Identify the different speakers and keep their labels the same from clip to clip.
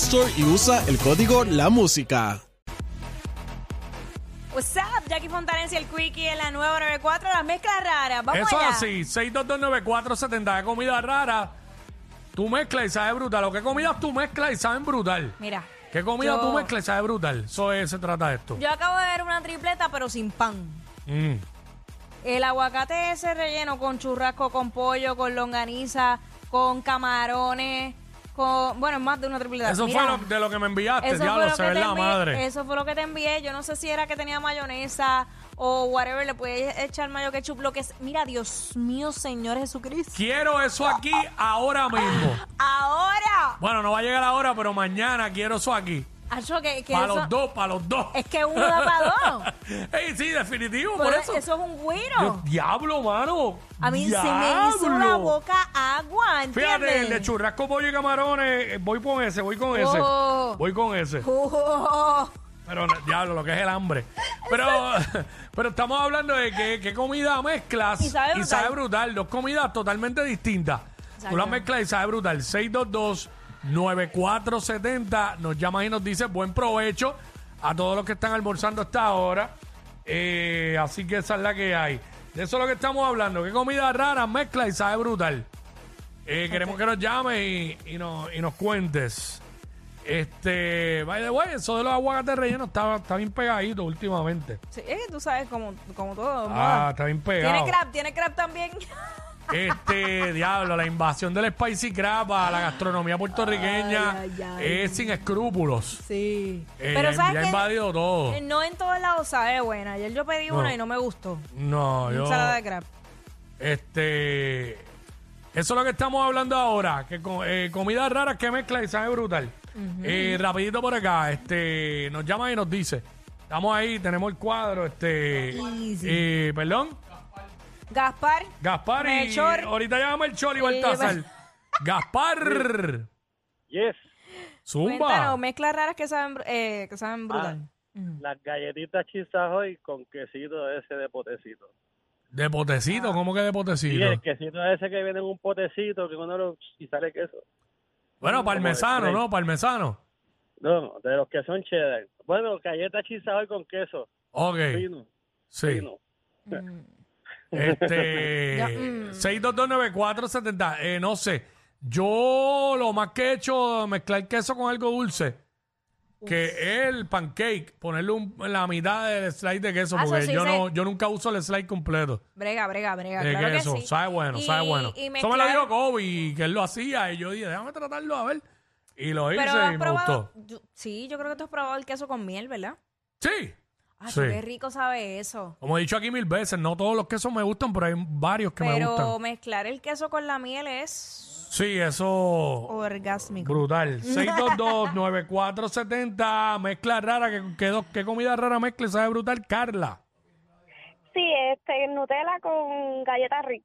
Speaker 1: Store y usa el código La Música.
Speaker 2: What's up, Jackie Fontanes y el Quickie en la 994, las mezclas raras. Vamos
Speaker 3: Eso
Speaker 2: allá.
Speaker 3: es así, 6229470 de comida rara. Tú mezclas y sabe brutal. O qué comidas tú mezclas y saben brutal.
Speaker 2: Mira.
Speaker 3: ¿Qué comida
Speaker 2: yo-
Speaker 3: tú mezclas y sabe brutal? Eso es, se trata esto.
Speaker 2: Yo acabo de ver una tripleta, pero sin pan.
Speaker 3: Mm.
Speaker 2: El aguacate ese relleno con churrasco, con pollo, con longaniza, con camarones, con... Bueno, es más de una tripleta.
Speaker 3: Eso
Speaker 2: Mira,
Speaker 3: fue lo- de lo que me enviaste,
Speaker 2: eso
Speaker 3: diablo,
Speaker 2: fue lo
Speaker 3: se
Speaker 2: que
Speaker 3: ve
Speaker 2: te
Speaker 3: la
Speaker 2: envié-
Speaker 3: madre.
Speaker 2: Eso fue lo que te envié. Yo no sé si era que tenía mayonesa o whatever. Le puedes echar mayo ketchup, lo que es... Mira, Dios mío, Señor Jesucristo.
Speaker 3: Quiero eso aquí ahora mismo.
Speaker 2: ¡Ahora!
Speaker 3: Bueno, no va a llegar ahora, pero mañana quiero eso aquí.
Speaker 2: Acho, que, que
Speaker 3: Para
Speaker 2: eso-
Speaker 3: los dos, para los dos.
Speaker 2: Es que uno da para dos.
Speaker 3: Ey, sí, definitivo, por,
Speaker 2: Pero
Speaker 3: eso.
Speaker 2: eso. es un
Speaker 3: Yo-
Speaker 2: güiro.
Speaker 3: diablo, mano.
Speaker 2: A mí se me hizo la
Speaker 3: Diablo.
Speaker 2: boca agua, ¿entiendes?
Speaker 3: Fíjate, el de churrasco, pollo y camarones, eh, voy con ese, voy con
Speaker 2: Oh.
Speaker 3: ese. Voy con ese.
Speaker 2: Oh,
Speaker 3: Pero, no, diablo, lo que es el hambre. Pero, pero estamos hablando de que, que comida mezclas
Speaker 2: Y sabe brutal.
Speaker 3: brutal. Dos comidas totalmente distintas. Tú
Speaker 2: Exacto.
Speaker 3: las mezclas y sabe brutal. 622-9470. Nos llama y nos dice buen provecho a todos los que están almorzando hasta ahora. Eh, así que esa es la que hay. De eso es lo que estamos hablando. ¿Qué comida rara mezcla y sabe brutal? Eh, Queremos que nos llames y, y nos, y nos cuentes. Este, by the way, eso de los aguacates rellenos está, está bien pegadito últimamente.
Speaker 2: Sí, es que tú sabes como, como todo. moda.
Speaker 3: Ah, está bien
Speaker 2: Tiene
Speaker 3: pegado.
Speaker 2: crap, tiene crap también.
Speaker 3: Este, diablo, la invasión del spicy crab a la gastronomía puertorriqueña es sin escrúpulos.
Speaker 2: Sí.
Speaker 3: Eh,
Speaker 2: Pero
Speaker 3: ya- ya
Speaker 2: sabes que
Speaker 3: invadido todo.
Speaker 2: eh, no en todos lados sabe buena. Ayer yo pedí
Speaker 3: No.
Speaker 2: una y no me gustó.
Speaker 3: No, yo...
Speaker 2: Ensalada de crap.
Speaker 3: Este. Eso es lo que estamos hablando ahora. Que co- eh, comidas raras que mezcla y sabe brutal. Eh, rapidito por acá, este, nos llama y nos dice. Estamos ahí, tenemos el cuadro, este.
Speaker 2: Easy.
Speaker 3: eh, perdón,
Speaker 2: Gaspar.
Speaker 3: Gaspar y.
Speaker 2: Melchor. Eh, pues.
Speaker 3: Ahorita llama el Choli
Speaker 2: Sí,
Speaker 3: Baltasar.
Speaker 2: bueno.
Speaker 3: Gaspar.
Speaker 4: Yes,
Speaker 3: Zumba.
Speaker 2: Cuéntanos, mezclas raras que saben, br- eh, que saben brutal.
Speaker 3: Mm.
Speaker 4: las galletitas chisas hoy con quesito ese de potecito.
Speaker 3: De potecito, ¿cómo que de
Speaker 4: Y
Speaker 3: potecito?
Speaker 4: el quesito ese que viene en un potecito que uno lo y sale queso.
Speaker 3: Bueno, parmesano,
Speaker 4: Como de
Speaker 3: ¿no? Parmesano.
Speaker 4: No, no, de los que son cheddar. Bueno, galletas chisas hoy con queso.
Speaker 3: Ok.
Speaker 4: Fino,
Speaker 3: Sí.
Speaker 4: fino.
Speaker 3: Este.
Speaker 2: Ya, mm.
Speaker 3: 6229470. Eh, no sé. Yo lo más que he hecho mezclar queso con algo dulce. Que es el pancake. Ponerle un- la mitad del slice de queso.
Speaker 2: Ah, eso
Speaker 3: porque
Speaker 2: sí
Speaker 3: yo,
Speaker 2: sé.
Speaker 3: no, yo nunca uso el slice completo
Speaker 2: Brega, brega, brega.
Speaker 3: de
Speaker 2: claro que
Speaker 3: queso.
Speaker 2: sí.
Speaker 3: Sabe bueno,
Speaker 2: Y-
Speaker 3: sabe bueno.
Speaker 2: y
Speaker 3: Eso me lo
Speaker 2: mezclar-
Speaker 3: dijo Kobe, que él lo hacía. Y yo dije, déjame tratarlo a ver. Y lo hice
Speaker 2: Pero has
Speaker 3: y me
Speaker 2: probado.
Speaker 3: gustó.
Speaker 2: yo- sí, yo creo que tú has probado el queso con miel, ¿verdad?
Speaker 3: Sí.
Speaker 2: Ay,
Speaker 3: Sí.
Speaker 2: qué rico sabe eso.
Speaker 3: Como he dicho aquí mil veces, no todos los quesos me gustan, pero hay varios que me
Speaker 2: Pero
Speaker 3: gustan.
Speaker 2: mezclar el queso con la miel es
Speaker 3: Sí, eso.
Speaker 2: orgásmico.
Speaker 3: Brutal. 622-9470. Mezcla rara. ¿Qué, qué, dos- qué comida rara mezcla? y ¿Sabe brutal? Carla.
Speaker 5: Sí, este, Nutella con galletas Ritz.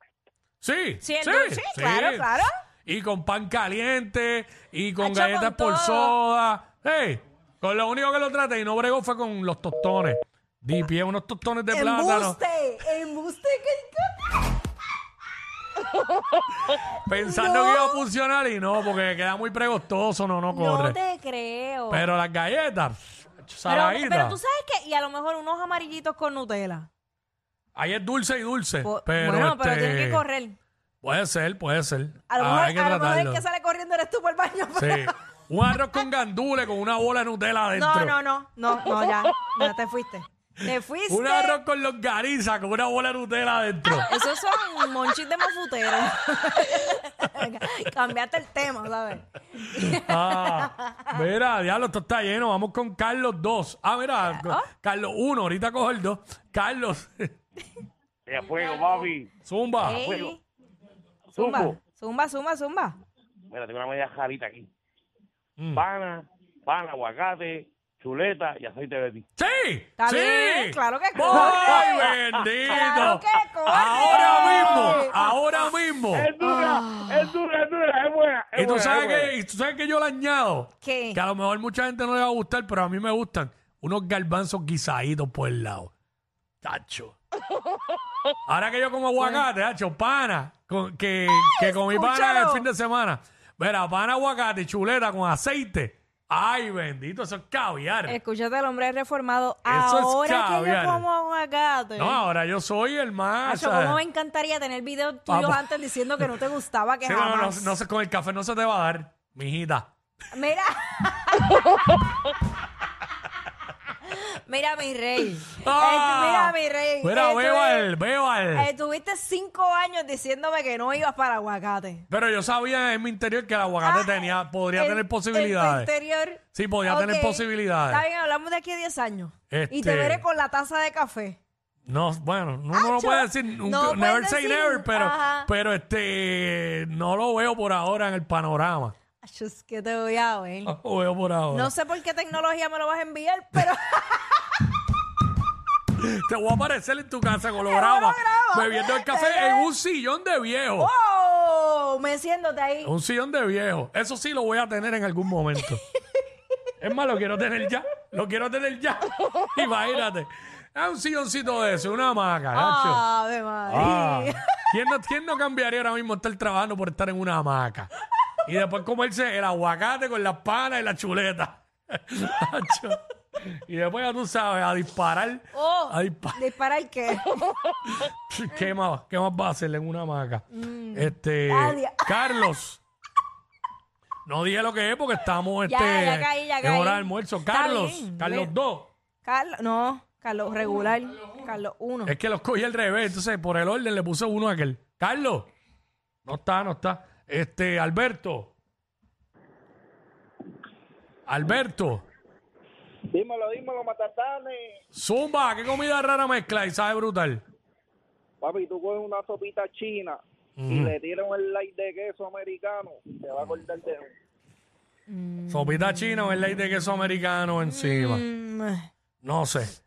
Speaker 3: Sí.
Speaker 2: Sí, el dulce, claro, claro.
Speaker 3: Y con pan caliente. Y con
Speaker 2: Hacho, con
Speaker 3: galletas por
Speaker 2: todo.
Speaker 3: soda. Hey, con lo único que lo traté y no bregó fue con los tostones. Di pie unos tostones de plátano.
Speaker 2: ¡Embuste!
Speaker 3: Pensando que iba a funcionar y no, porque queda muy pregostoso. No, no corre.
Speaker 2: No te creo.
Speaker 3: Pero las galletas.
Speaker 2: Oh. pero,
Speaker 3: saladitas.
Speaker 2: pero tú sabes que, y a lo mejor unos amarillitos con Nutella.
Speaker 3: Ahí es dulce y dulce.
Speaker 2: Po-
Speaker 3: pero
Speaker 2: Pues, bueno, pero
Speaker 3: este,
Speaker 2: tienen que correr.
Speaker 3: Puede ser, puede ser.
Speaker 2: A lo
Speaker 3: Ah,
Speaker 2: mejor,
Speaker 3: hay que
Speaker 2: a lo mejor
Speaker 3: tratarlo.
Speaker 2: el que sale corriendo eres tú por el baño.
Speaker 3: Sí. Un arroz con gandules con una bola de Nutella adentro.
Speaker 2: No, no, no, no, no, ya, ya te fuiste. Te fuiste.
Speaker 3: Un arroz con los garizas con una bola de Nutella adentro.
Speaker 2: Esos son monchis de mofutero. Cambiaste el tema, ¿sabes?
Speaker 3: Ah, mira, diablo, esto está lleno. Vamos con Carlos 2. Ah, mira, Carlos 1, ahorita cojo el 2. Carlos,
Speaker 4: De fuego, papi.
Speaker 3: zumba.
Speaker 2: Ey,
Speaker 4: Zumbo.
Speaker 2: zumba, zumba, zumba, zumba.
Speaker 4: Mira, tengo una media jarita aquí.
Speaker 3: Mm.
Speaker 4: Pana, pana, aguacate, chuleta y aceite de ti.
Speaker 3: ¡Sí!
Speaker 2: Está
Speaker 3: ¡Sí!
Speaker 2: bien, claro que
Speaker 3: ¡Ay,
Speaker 2: corre.
Speaker 3: bendito!
Speaker 2: Claro que corre.
Speaker 3: Ahora mismo, Ah. ahora mismo.
Speaker 4: Es dura, es dura, es dura, es buena. Es
Speaker 3: Ah. Y tú
Speaker 4: buena,
Speaker 3: sabes
Speaker 4: es buena.
Speaker 3: que, y tú sabes que yo le añado.
Speaker 2: ¿Qué?
Speaker 3: Que a lo mejor mucha gente no le va a gustar, pero a mí me gustan. Unos garbanzos guisaditos por el lado. Tacho. Ahora que yo como aguacate, tacho, pana. Con, que, que comí pana el
Speaker 2: escúchalo.
Speaker 3: fin de semana. Verá, pana, aguacate, y chuleta con aceite. Ay, bendito, eso es caviar.
Speaker 2: Escúchate al este hombre reformado.
Speaker 3: Eso es
Speaker 2: Ahora que
Speaker 3: caviar.
Speaker 2: yo como aguacate.
Speaker 3: No, ahora yo soy el más. eh,
Speaker 2: Nacho,
Speaker 3: ¿sabes?
Speaker 2: ¿cómo me encantaría tener videos tuyos
Speaker 3: Vamos.
Speaker 2: antes diciendo que no te gustaba, que
Speaker 3: Sí, no, no, no,
Speaker 2: jamás.
Speaker 3: no se- con el café no se te va a dar, mijita.
Speaker 2: Mira. Mira, mi rey.
Speaker 3: Ah.
Speaker 2: Eh, mira, mi rey.
Speaker 3: Mira,
Speaker 2: Eh,
Speaker 3: veo
Speaker 2: tuve-
Speaker 3: al, veo al.
Speaker 2: eh, tuviste cinco años diciéndome que no ibas para aguacate.
Speaker 3: Pero yo sabía en mi interior que el aguacate
Speaker 2: Ah,
Speaker 3: tenía, podría
Speaker 2: en-
Speaker 3: tener
Speaker 2: En
Speaker 3: posibilidades.
Speaker 2: tu interior.
Speaker 3: Sí, podría tener
Speaker 2: Ok.
Speaker 3: posibilidades.
Speaker 2: Está bien, hablamos de aquí a 10 años. Y
Speaker 3: Este-
Speaker 2: te veré con la taza de café.
Speaker 3: No, bueno, no, no lo
Speaker 2: Acho,
Speaker 3: puede decir nunca,
Speaker 2: no lo
Speaker 3: never
Speaker 2: puedes
Speaker 3: say
Speaker 2: decir.
Speaker 3: never, pero,
Speaker 2: Ajá.
Speaker 3: pero este no lo veo por ahora en el panorama.
Speaker 2: Ay, Es que te voy a ver.
Speaker 3: No lo veo por ahora.
Speaker 2: No sé por qué tecnología me lo vas a enviar, pero
Speaker 3: Te voy a aparecer en tu casa con holograma,
Speaker 2: holograma.
Speaker 3: bebiendo el café
Speaker 2: Te
Speaker 3: en
Speaker 2: ve-
Speaker 3: un sillón de viejo.
Speaker 2: ¡Oh! Me siéndote ahí.
Speaker 3: Un sillón de viejo. Eso sí lo voy a tener en algún momento. es más, lo quiero tener ya. Lo quiero tener ya. Imagínate. Ah, un silloncito de eso, una hamaca, gacho.
Speaker 2: Ave María.
Speaker 3: Ah, ¿quién, no, quién no cambiaría ahora mismo estar trabajando por estar en una hamaca? Y después comerse el aguacate con las palas y la chuleta. Tacho. y después ya tú sabes, a disparar.
Speaker 2: Oh,
Speaker 3: a disparar.
Speaker 2: ¿Disparar qué? ¿Eh?
Speaker 3: ¿Qué más, ¿Qué más va a hacerle en una hamaca? Este.
Speaker 2: Mm. Adiós.
Speaker 3: Carlos. No dije lo que es porque estamos
Speaker 2: Ya,
Speaker 3: este,
Speaker 2: ya caí, ya
Speaker 3: en
Speaker 2: caí.
Speaker 3: hora de almuerzo.
Speaker 2: Está
Speaker 3: Carlos,
Speaker 2: bien,
Speaker 3: Carlos
Speaker 2: ve.
Speaker 3: 2.
Speaker 2: Carlos, no, Carlos regular. Carlos 1.
Speaker 3: Es que los cogí al revés, entonces por el orden le puse uno a aquel. Carlos. No está, no está. Este, Alberto. Alberto.
Speaker 6: Dímelo, dímelo, matatanes.
Speaker 3: Zumba, qué comida rara mezcla y sabe brutal.
Speaker 6: Papi, tú coges una sopita china y
Speaker 3: Ujú.
Speaker 6: le tiras un light de queso americano, te va a cortar el dedo.
Speaker 3: Sopita china, el ley de queso americano encima.
Speaker 2: Mm.
Speaker 3: No sé.
Speaker 2: eh.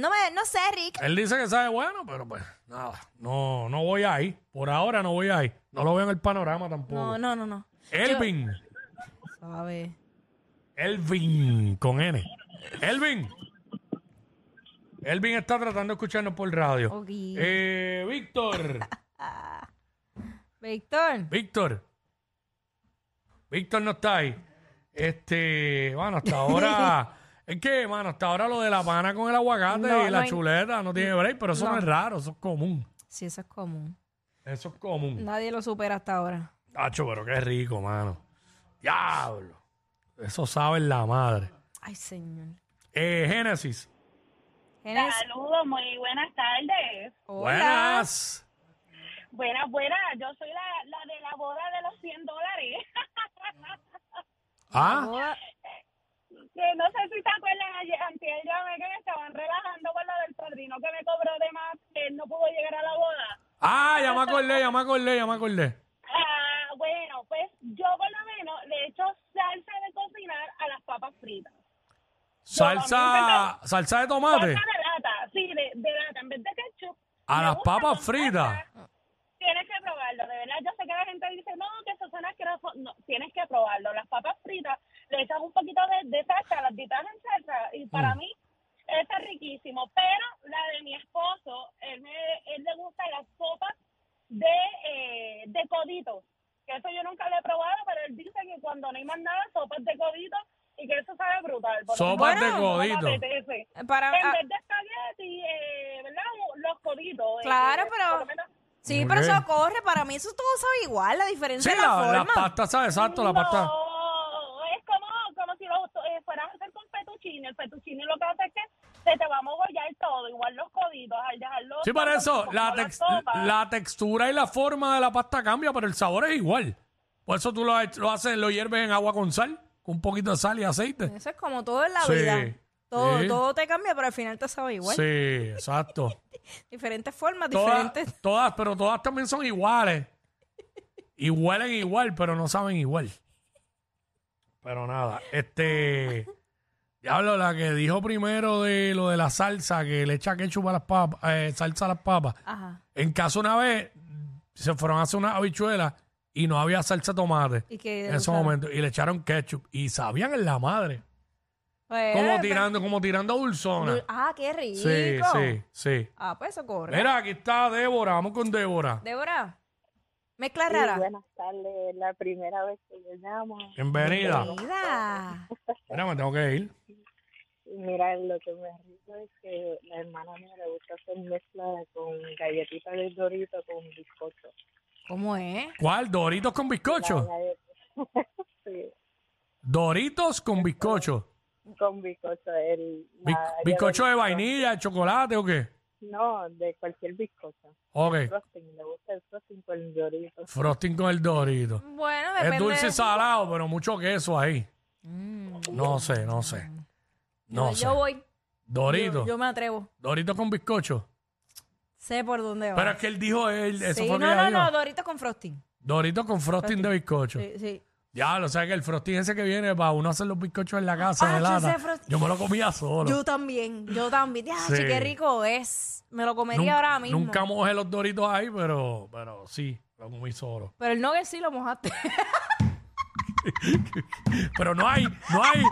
Speaker 2: No me, no sé, Rick.
Speaker 3: Él dice que sabe bueno, pero pues nada. No, no voy ahí. Por ahora no voy ahí. No lo veo en el panorama tampoco.
Speaker 2: No, no, no, no.
Speaker 3: Elvin.
Speaker 2: Suave.
Speaker 3: Elvin con N. Elvin. Elvin está tratando de escucharnos por radio.
Speaker 2: Ok.
Speaker 3: Eh, Víctor.
Speaker 2: Víctor.
Speaker 3: Víctor. Víctor no está ahí. Este, bueno, hasta ahora. es que, mano, hasta ahora lo de la pana con el aguacate
Speaker 2: No,
Speaker 3: y
Speaker 2: no
Speaker 3: la
Speaker 2: hay-
Speaker 3: chuleta no tiene break, pero eso no.
Speaker 2: No.
Speaker 3: es raro, eso es común.
Speaker 2: Sí, eso es común.
Speaker 3: Eso es común.
Speaker 2: Nadie lo supera hasta ahora.
Speaker 3: Tacho, pero qué rico, mano. Diablo. Eso sabe la madre.
Speaker 2: Ay, señor.
Speaker 3: Eh, Génesis.
Speaker 2: Genes,
Speaker 5: Saludos, muy buenas tardes.
Speaker 2: hola.
Speaker 3: Buenas.
Speaker 5: Buenas, buenas. Yo soy la, la de la boda de los 100 dólares.
Speaker 3: Ah.
Speaker 2: Hola.
Speaker 5: que no sé si te acuerdas, ayer, antier llamé que me estaban relajando con lo del padrino que me cobró de más, que él no pudo llegar a la boda.
Speaker 3: Ah, ya me acordé, ya me acordé, ya me acordé.
Speaker 5: Ah, bueno, pues yo por lo menos le echo salsa de cocinar a las papas fritas.
Speaker 3: Salsa, salsa de tomate
Speaker 5: Salsa de lata, sí, de, de lata, en vez de ketchup.
Speaker 3: a
Speaker 5: me
Speaker 3: las
Speaker 5: gusta
Speaker 3: papas
Speaker 5: con
Speaker 3: fritas.
Speaker 5: salsa. Tienes que probarlo, de verdad. Yo sé que la gente dice, no, que eso suena asqueroso. No, tienes que probarlo. Las papas fritas, le echas un poquito de, de salsa, las ditas en salsa, y para
Speaker 3: Mm.
Speaker 5: mí está riquísimo. Pero la de mi esposo, él, me, él le gusta las sopas de, eh, de codito. Que eso yo nunca lo he probado, pero él dice que cuando no hay más nada, sopas de codito, y que eso sabe brutal. Por lo
Speaker 3: Sopas de
Speaker 5: menos no me
Speaker 3: codito.
Speaker 5: apetece.
Speaker 2: Para,
Speaker 5: En
Speaker 2: ah,
Speaker 5: vez de espagueti, eh, ¿verdad? Los coditos. eh,
Speaker 2: Claro,
Speaker 5: por
Speaker 2: pero
Speaker 5: lo menos-
Speaker 2: Sí,
Speaker 3: Ok.
Speaker 2: pero eso corre. Para mí eso todo sabe igual. La diferencia
Speaker 3: Sí,
Speaker 2: es la,
Speaker 3: la, la
Speaker 2: forma.
Speaker 3: pasta, ¿sabes? Exacto, la pasta.
Speaker 5: No, es como, como si lo eh, fueras a hacer con fettuccine. El fettuccine lo que hace es que se te va a mogollar todo, igual los coditos al dejarlo.
Speaker 3: Sí, para
Speaker 5: todo,
Speaker 3: eso,
Speaker 5: como
Speaker 3: la,
Speaker 5: la
Speaker 3: tex-
Speaker 5: sopa.
Speaker 3: la textura y la forma de la pasta cambia, pero el sabor es igual. Por eso tú lo, lo haces, lo hierves en agua con sal, con un poquito de sal y aceite.
Speaker 2: Eso es como todo en la
Speaker 3: Sí.
Speaker 2: vida. Todo,
Speaker 3: Sí.
Speaker 2: todo te cambia, pero al final te sabe igual.
Speaker 3: Sí, exacto.
Speaker 2: Diferentes formas,
Speaker 3: todas,
Speaker 2: diferentes.
Speaker 3: todas, pero todas también son iguales. Y huelen igual, pero no saben igual. Pero nada, este. Diablo, la que dijo primero de lo de la salsa, que le echa ketchup a las papas, eh, salsa a las papas.
Speaker 2: Ajá.
Speaker 3: En casa una vez se fueron a hacer una habichuela y no había salsa de tomate
Speaker 2: Y que
Speaker 3: en ese
Speaker 2: usaron.
Speaker 3: momento. Y le echaron ketchup. Y sabían en la madre.
Speaker 2: Pues,
Speaker 3: Como
Speaker 2: pero-
Speaker 3: tirando, como tirando dulzona.
Speaker 2: Ah, qué rico.
Speaker 3: Sí, sí, sí.
Speaker 2: Ah, pues eso corre.
Speaker 3: Mira, aquí está Débora, vamos con Débora.
Speaker 2: Débora, mezcla
Speaker 7: Sí,
Speaker 2: rara.
Speaker 7: buenas tardes, es la primera vez que yo llamo.
Speaker 3: Bienvenida.
Speaker 2: Mira.
Speaker 3: Mira, me tengo que ir.
Speaker 7: Mira, lo que me rico es que la hermana mía le gusta hacer mezcla con galletitas de dorito con bizcocho.
Speaker 2: ¿Cómo es?
Speaker 3: ¿Cuál? ¿Doritos con
Speaker 7: La
Speaker 3: bizcocho?
Speaker 7: galleta- sí,
Speaker 3: Doritos con bizcocho.
Speaker 7: con bizcocho. El,
Speaker 3: Bi-
Speaker 7: la-
Speaker 3: ¿Bizcocho de
Speaker 7: yo-
Speaker 3: vainilla, de chocolate o qué?
Speaker 7: No, de cualquier bizcocho.
Speaker 3: Ok.
Speaker 7: Frosting, le gusta el frosting con dorito.
Speaker 3: Frosting con el dorito.
Speaker 2: Bueno, depende.
Speaker 3: Es dulce y
Speaker 2: de-
Speaker 3: salado, pero mucho queso ahí.
Speaker 2: Mm,
Speaker 3: No sé, no sé. No
Speaker 2: yo,
Speaker 3: sé.
Speaker 2: yo voy. Yo,
Speaker 3: Doritos.
Speaker 2: yo me atrevo.
Speaker 3: Doritos con bizcocho.
Speaker 2: Sé por dónde va.
Speaker 3: Pero es que él dijo, él, eso
Speaker 2: sí,
Speaker 3: fue
Speaker 2: no,
Speaker 3: lo que ella
Speaker 2: no,
Speaker 3: dijo.
Speaker 2: no, Doritos con frosting.
Speaker 3: Doritos con frosting de bizcocho.
Speaker 2: Sí, sí.
Speaker 3: Ya, lo sabes que el frosting ese que viene para uno hacer los bizcochos en la casa
Speaker 2: Ah,
Speaker 3: de
Speaker 2: yo
Speaker 3: lata.
Speaker 2: sé frosting.
Speaker 3: Yo me lo comía solo.
Speaker 2: Yo también, yo también. Ya,
Speaker 3: Sí.
Speaker 2: qué rico es. Me lo comería
Speaker 3: Nunca-
Speaker 2: ahora mismo.
Speaker 3: Nunca mojé los doritos ahí, pero, pero sí, lo comí solo.
Speaker 2: Pero el nugget sí lo mojaste.
Speaker 3: Pero no hay, no hay.